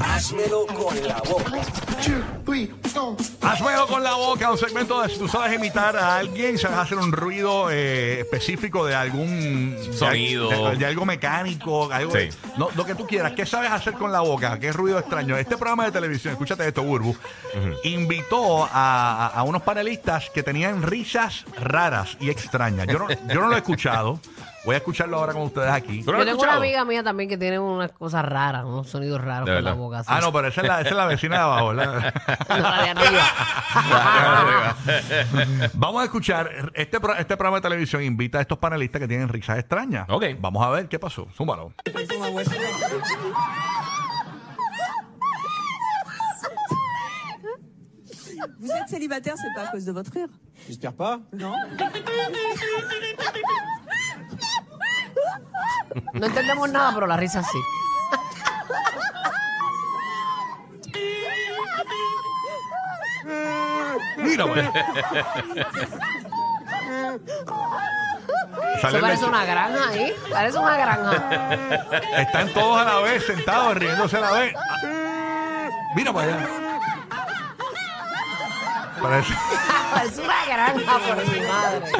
Hazmelo con la boca. Haz juego con la boca, un segmento de si tú sabes imitar a alguien, sabes hacer un ruido eh, específico de algún de al- Sonido. de, de algo mecánico, algo Sí. no, lo que tú quieras. ¿Qué sabes hacer con la boca? ¿Qué ruido extraño? Este programa de televisión, escúchate esto, Burbu, invitó a, a- a unos panelistas que tenían risas raras y extrañas. Yo no, yo no lo he escuchado. Voy a escucharlo ahora con ustedes aquí. ¿Tú no Yo lo has tengo una escuchado? amiga mía también que tiene unas cosas raras, unos sonidos raros De con la verdad. boca. así. Ah, no, pero esa es la, esa es la vecina de abajo, ¿verdad? No, la de arriba. Vamos a escuchar, este, pro- este programa de televisión invita a estos panelistas que tienen risas extrañas. Ok. Vamos a ver qué pasó. Súmalo. Vous êtes célibataire, c'est pas à cause de votre rire. J'espère pas. No entendemos nada, pero la risa sí. Mira, güey. Sale Eso el parece lecho- una granja ahí. Parece una granja. Están todos a la vez sentados riéndose a la vez. Ah. Mira para allá. Parece parece una granja, por mi madre.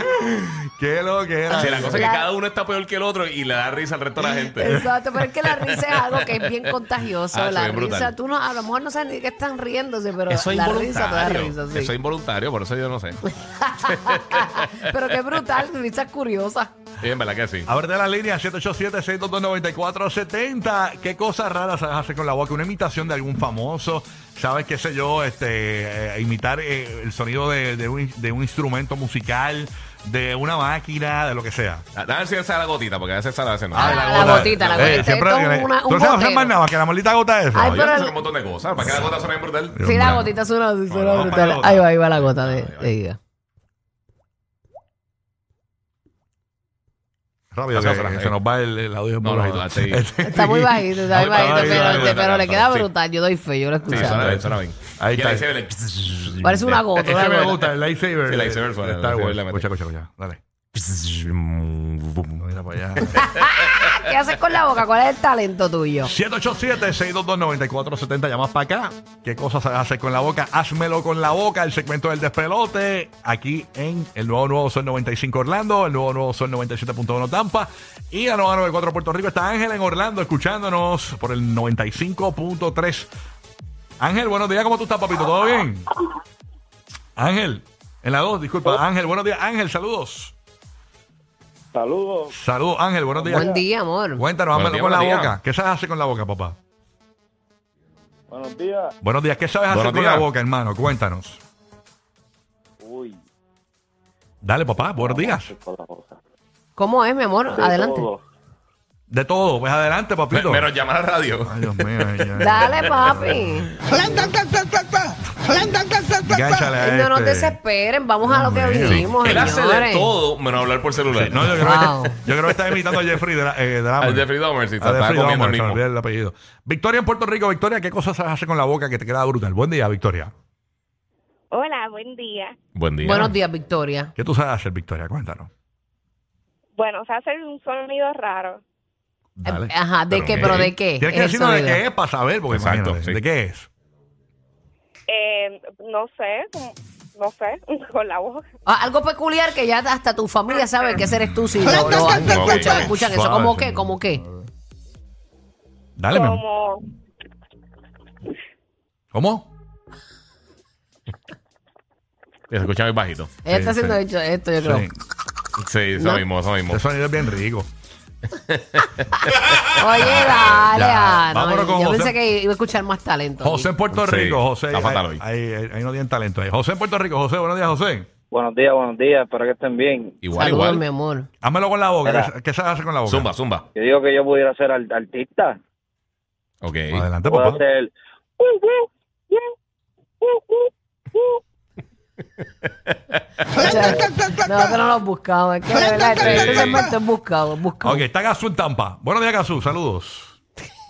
que lo que era. Ah, Sí, la cosa es que La- cada uno está peor que el otro y le da risa al resto de la gente. Exacto, pero es que la risa es algo que es bien contagioso. Ah, eso la es brutal. risa, tú no, a lo mejor no sabes ni que están riéndose, pero la risa te da risa, sí. Eso es involuntario, por eso yo no sé. pero qué brutal, risas curiosas. Sí, en verdad que sí. Abrete la línea 787-622-9470. ¿Qué cosas raras sabes hacer con la boca? Una imitación de algún famoso. ¿Sabes qué sé yo? Este, eh, imitar eh, el sonido de, de un, in- de un instrumento musical, de una máquina, de lo que sea. A a ver si esa es la gotita, porque a veces esa la hacen. Ah, la gota. Eh, gotita, la gotita. Esto siempre- es una- un ¿Tú sabes hacer gotero. más nada que la maldita gota esa? Ay, Yo pero- sé hacer un montón de cosas. Para que la gota suene brutal. Dios Sí, la mío. gotita suena, suena vamos para la brutal. gota. Ahí va, ahí va la gota de, va. de ella. Rápido, que, Pasa otra, que eh. se nos va el, el audio. No, muy no, bajito. la- sí. Este- Está muy bajito, está muy Está muy bajito, bajito, está pero, muy pero le bajito, queda sí. brutal. Yo doy fe, yo lo he Sí, escuchado. suena bien, suena bien. Ahí Y está. ahí se ve el- Parece una gota, Ese una me gota. gusta, el lightsaber. Sí, el lightsaber suena, Star el lightsaber Wars. le mete. Escucha, escucha, escucha. Dale. Mira para allá. ¿Qué haces con la boca? ¿Cuál es el talento tuyo? 787-622-9470. Llamas para acá. ¿Qué cosas haces con la boca? Házmelo con la boca. El segmento del despelote. Aquí en el nuevo Nuevo Sol 95 Orlando. El nuevo Nuevo Sol 97.1 Tampa. Y la nueva 94 Puerto Rico. Está Ángel en Orlando escuchándonos por el 95.3. Ángel, buenos días. ¿Cómo tú estás, papito? ¿Todo bien? Ángel, en la 2, Oh. disculpa. Ángel, buenos días. Ángel, saludos. Saludos. Saludos, Ángel, buenos días. Buen día, amor. Cuéntanos, Buenos házmelo con la días, buenos días. boca. ¿Qué sabes hacer con la boca, papá? Buenos días. Buenos días. ¿Qué sabes hacer Buenos con días. la boca, hermano? Cuéntanos. Uy. Dale, papá. Buenos días. con la boca. ¿Cómo es, mi amor? De Adelante. todo. De todo. Pues adelante, papito. Menos llamar a la radio. Ay, Dios mío. ay, ay, ay. Dale, papi. Gánchale a No nos este. desesperen. Vamos a lo que Dios mío. vinimos, Él hace de señores. todo menos hablar por celular. No, yo creo, Wow. que, yo creo que está imitando a Jeffrey de la, eh, Dahmer. Al Jeffrey Dahmer, sí, A está- está Jeffrey comiendo Dahmer, se el me mismo. olvidó el apellido. Victoria en Puerto Rico. Victoria, ¿qué cosas haces con la boca que te queda brutal? Buen día, Victoria. Hola, buen día. Buen día. Buenos días, Victoria. ¿Qué tú sabes hacer, Victoria? Cuéntanos. Bueno, se hace un sonido raro. Dale. Eh, Ajá, ¿de Pero qué? ¿qué? ¿Pero de qué? Tienes que El decirnos de sonido. qué es para saber, porque Exacto, imagínate, sí. ¿de qué es? Eh, no sé, como- no sé, con la boca. Ah, algo peculiar que ya hasta tu familia sabe que ese eres tú si lo, lo- Ok. escuchan, escuchan eso. Suave, ¿Cómo sí. qué? ¿Cómo qué? Dale, mi amor. como, ¿Cómo? Se escucha muy bajito. Ella está Sí, haciendo sí. hecho esto, yo creo. Sí. Sí, eso No. mismo, eso mismo. Ese sonido es bien rico. Oye, dale, Ya, ah, no, vámonos con Yo José. pensé que iba a escuchar más talento. José en Puerto Sí, Rico, José. está fatal hoy. Ahí, ahí- ahí no tienen talento. ahí. José en Puerto Rico, José, buenos días, José. Buenos días, buenos días. Espero que estén bien. Igual, Saludos, mi igual. amor. Hámelo con la boca. Mira. ¿Qué, qué sabes hacer con la boca? Zumba, zumba. Yo digo que yo pudiera ser al- artista. Ok. Adelante, Puedo papá. hacer, Uh, uh, yeah. Uh, uh, uh. Nosotros no los buscamos. Es que de verdad, este este segmento es buscado, es buscado. Ok, está Gazú en Tampa. Buenos días, Gazú. Saludos.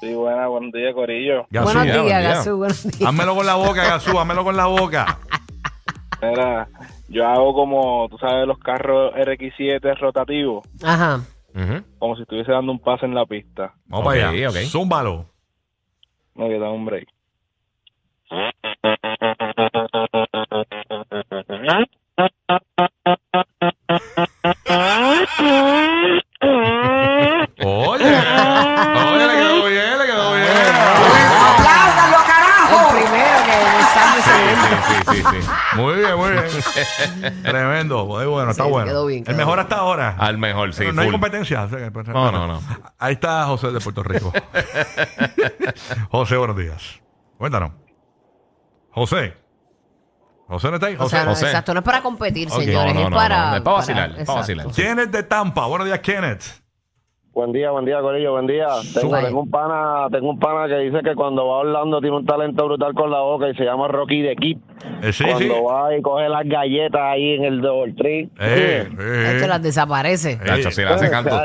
Sí, buena, buenos días, Corillo. Gazú, buenos ya, días, buen día. Gazú, buenos días. Házmelo con la boca, Gazú. Házmelo con la boca. Mira, yo hago como, tú sabes, los carros RX7 rotativos, Ajá. Ujú. como si estuviese dando un pase en la pista. Vamos para Ok, allá. ok. Zúmbalo. No, que da un break. Oye. Oh, Oye, le quedó bien, le quedó bien. ¡Apláudalo, carajo! El primero que nos sabe ese Sí, sí, sí, sí. Muy bien, muy bien. Tremendo. Muy bueno, está Sí, bueno. quedó bien, El quedó mejor bien. hasta ahora. Al mejor, sí. Pero no hay full. competencia. o sea que- pues, No, no, no. Ahí está José de Puerto Rico. José, buenos días. Cuéntanos. José. José no está ahí. O sea, José. no, José. exacto, no es para competir, Ok. No, señores, no, es no, para... no, no, es para vacilar, es para exacto. vacilar. Kenneth de Tampa. Buenos días, Kenneth. Buen día, buen día, Corillo, buen día. Tengo, Súper. tengo un pana, tengo un pana que dice que cuando va Orlando tiene un talento brutal con la boca y se llama Rocky de Kid. Eh, sí, cuando sí. va y coge las galletas ahí en el Double Tree. Eh, De eh. hecho, las desaparece. Eh. Nacho, si la hace canto.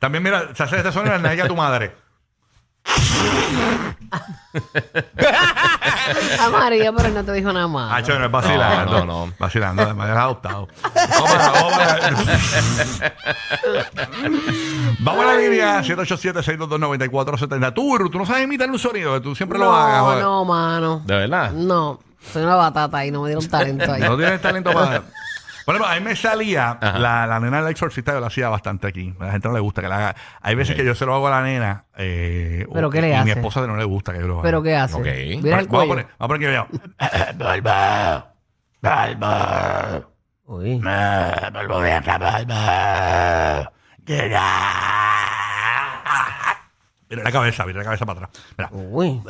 También, mira, se hace este sonido en la nariz a tu madre. Amarillo, pero no te dijo nada más. Ah, chaval, no es vacilando. No, no, no. Vacilando, de manera adoptado. Vamos a- vamos a- Vamos a la línea 787-622-9470. Tú, Uru, tú no sabes imitar un sonido, que tú siempre lo hagas. No, joder. no, mano. De verdad. No, soy una batata ahí, no me dieron talento ahí. No tienes talento para. Bueno, a mí me salía la, la nena del exorcista, yo la hacía bastante aquí. A la gente no le gusta que la haga. Hay veces que yo se lo hago a la nena. eh, ¿Pero o- qué le y mi hace? esposa no le gusta que yo lo haga. ¿Pero qué hace? Ok. Mira Vamos el a poner- cuello. Vamos a poner que yo. Balbo. Balbo. Uy. Vuelvo bien, vuelvo. Mira la cabeza, mira la cabeza para atrás. Mira. Uy.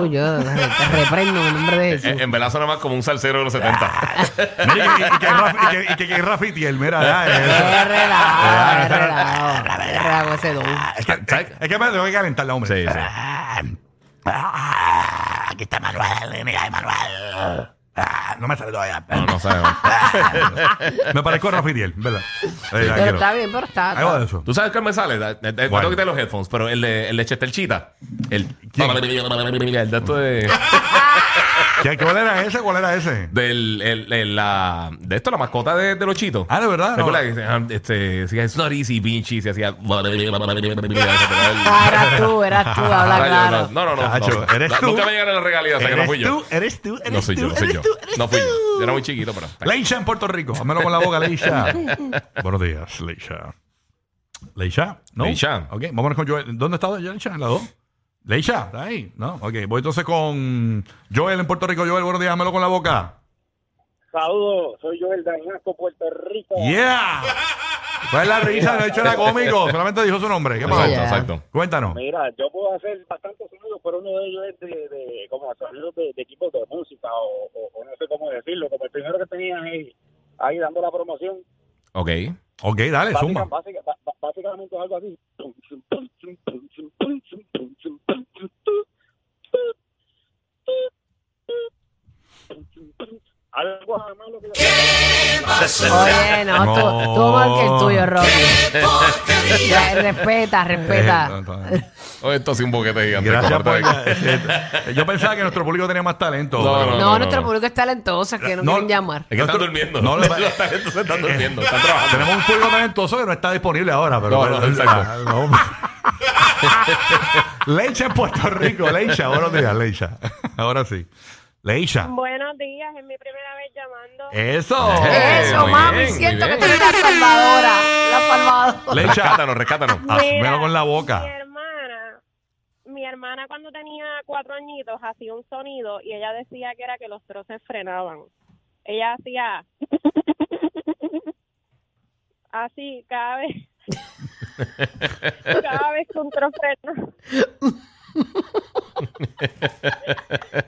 Uy, yo te reprendo en el nombre de Jesús. Eh, En verdad suena más como un salsero de los Ah, 70. Mira, y, que- y que Rafa- y que- y que- que Rafi Tiel, mira, ya, Qué eh. relajo, Eh, qué pero- relajo. Qué relajo ese don. Es que, Ah, es que me tengo que calentar la hombre. Sí, sí. Ah, Aquí está Manuel, mira, Manuel. Ah, No me sale todavía. No, no sabemos. Me parezco a Rafi Tiel, ¿verdad? Eh, ya Pero quiero. está bien, pero está... Algo de eso. ¿Tú sabes cuál me sale? Da- da- da- ¿Cuál? Tengo que quitar los headphones, pero el de, el de Chester Cheetah. El, ¿Quién? el dato de, ¿Qué- ¿Cuál era ese? ¿Cuál era ese? del, el, el- la, de esto, la mascota de, de los chitos. Ah, de verdad. ¿Te No. acuerdas que decía, ah, este, decía, it's not easy, Vinci? Se hacía. Ah, eras tú, eras tú, habla Rayo, claro. No, no, no. no, Ah, Chacho, no. ¿eres No, tú? Nunca me llegaron la regalía, o sea que no fui yo. eres tú, eres No soy yo, no soy yo. No fui yo. Yo era muy chiquito, pero. Leisha en Puerto Rico. Hámelo con la boca, Leisha. Buenos días, Leisha. Leisha, ¿no? Leisha. Ok, vámonos con Joel. ¿Dónde está Leisha? ¿La dos? Leisha, ¿está ahí? No, ok. Voy entonces con Joel en Puerto Rico. Joel, buenos días, hámelo con la boca. Saludos, soy yo el Danasco Puerto Rico. ¡Yeah! ¿Cuál es la risa? No he hecho nada cómico. Solamente dijo su nombre. ¿Qué Exacto, ya. pasó? exacto. Cuéntanos. Mira, yo puedo hacer bastantes sonidos, pero uno de ellos es de, de- como sonidos de, de equipos de música o, o- o no sé cómo decirlo, como el primero que tenían ahí, ahí dando la promoción. Ok. Ok, dale, Básica- zumba. básica- ba- ba- básicamente es algo así. Algo más lo que Oye, no, No. tú, tú mal que el tuyo, Rocky. Ya, Respeta, respeta. Eh, Oye, Oh, esto sí un boquete gigante. Gracias por... Cómprate ahí. eh, Yo pensaba que nuestro público tenía más talento. No, pero- No, no, nuestro no. público es talentoso, que no, No, quieren llamar. Es que Nuestro- están durmiendo. No, No, lo- Eh, ah, los talentos se están durmiendo. Están trabajando. Tenemos un público talentoso que no está disponible ahora, pero. pues, ah, No, no, exacto. no. Leicha en Puerto Rico, Leicha, buenos días, Leicha. Ahora sí. Leicha. Buenos días, es mi primera vez llamando. Eso. Eh, Eso, muy mami, bien, muy siento que bien. tú eres la salvadora. La salvadora. Leicha, Rescátanos, rescátanos. hazmelo con la Mi boca. hermana, mi hermana cuando tenía cuatro añitos hacía un sonido y ella decía que era que los troces frenaban. Ella hacía así cada vez, cada vez que un tro frena.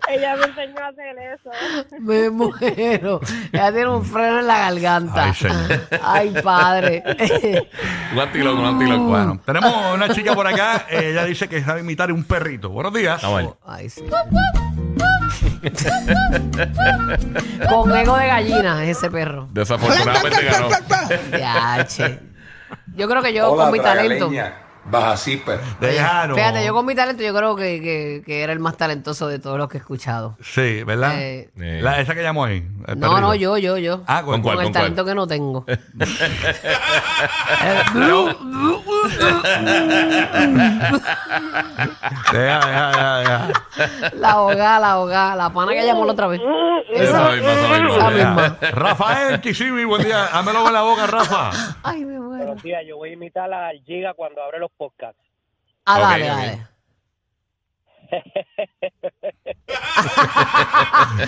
ella me enseñó a hacer eso. Me muero. Ya tiene un freno en la garganta. Ay, señor. Ay, padre. Un antílogo, un antílogo. Bueno, tenemos una chica por acá. eh, Ella dice que sabe imitar un perrito. Buenos días. Vamos a ver. Ay, sí. Con ego de gallina es ese perro. Desafortunadamente ganó. Ya, che. Yo creo que yo con mi talento. Baja zipper. Déjalo. Fíjate, yo con mi talento, yo creo que, que- que era el más talentoso de todos los que he escuchado. Sí, ¿verdad? Eh. La- esa que llamó ahí. el No, perrito. no, yo, yo, yo. Ah, con, ¿con cuál, el con cuál? talento que no tengo. Eh, Deja, deja, deja, deja. la ahogada, la ahogada, la pana que llamó la otra vez. Esa misma, esa misma. esa misma. Rafael Kisimi, buen día. Hámelo en la boca, Rafa. Ay, me muero. días, yo voy a imitar a Giga cuando abre los podcasts. Ah, Ok, ok. dale, dale.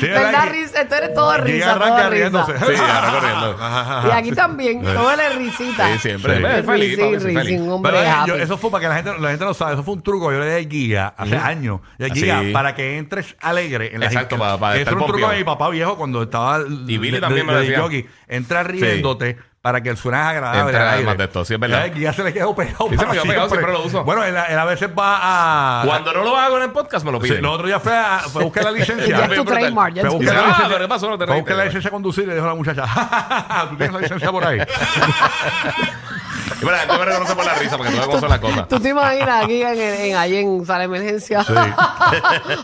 Sí, ¿Verdad, que- risa? Esto eres todo Giga risa, arranca todo risa. riéndose. Sí, arranca riendo. Ajá, ajá, ajá. Y aquí también, todo el risita. Sí, siempre. Sí. Eh, feliz, Risín, vamos a ser feliz. risín, un hombre Pero eh, yo- happy. eso fue para que la gente, la gente lo sabe, eso fue un truco, yo le di al guía hace años, le di al guía Así. para que entres alegre en la Exacto, gente. para- para Eso estar era un truco pompeado. de mi papá viejo cuando estaba Y Billy también me lo decía. entra riéndote para que el suene es agradable. Entra al aire. más de esto, sí, es verdad. Ya El guía se le quedó pegado. Sí, se me para quedó pegado, siempre lo uso. Bueno, él, a- él a veces va a Cuando no lo hago en el podcast me lo Sí, piden. los otros ya fue a, fue a buscar la licencia. Ya es tu brutal. trademark. ya Fue a es tu- buscar la Ah, licencia- pero ¿qué pasó? No te fue a reíste, buscar la ¿verdad? licencia a conducir y le dijo a la muchacha, tú tienes la licencia por ahí. Es verdad, tú me reconoces por la risa porque tú ves cómo son las cosas. Tú te imaginas aquí en, en, en- ahí en sala de emergencia.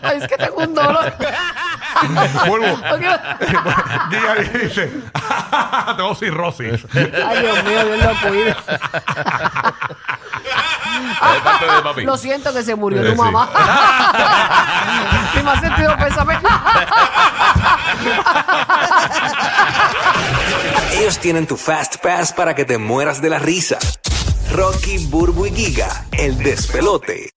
Ay, es que tengo un dolor. Vuelvo. Ay, Diga y dice, tengo cirrosis. Dios mío, Dios lo cuide. Es parte de papi. Lo siento que se murió Sí, tu sí. mamá. Y me ha sentido pésame. Ellos tienen tu Fast Pass para que te mueras de la risa. Rocky, Burbu y Giga, el despelote.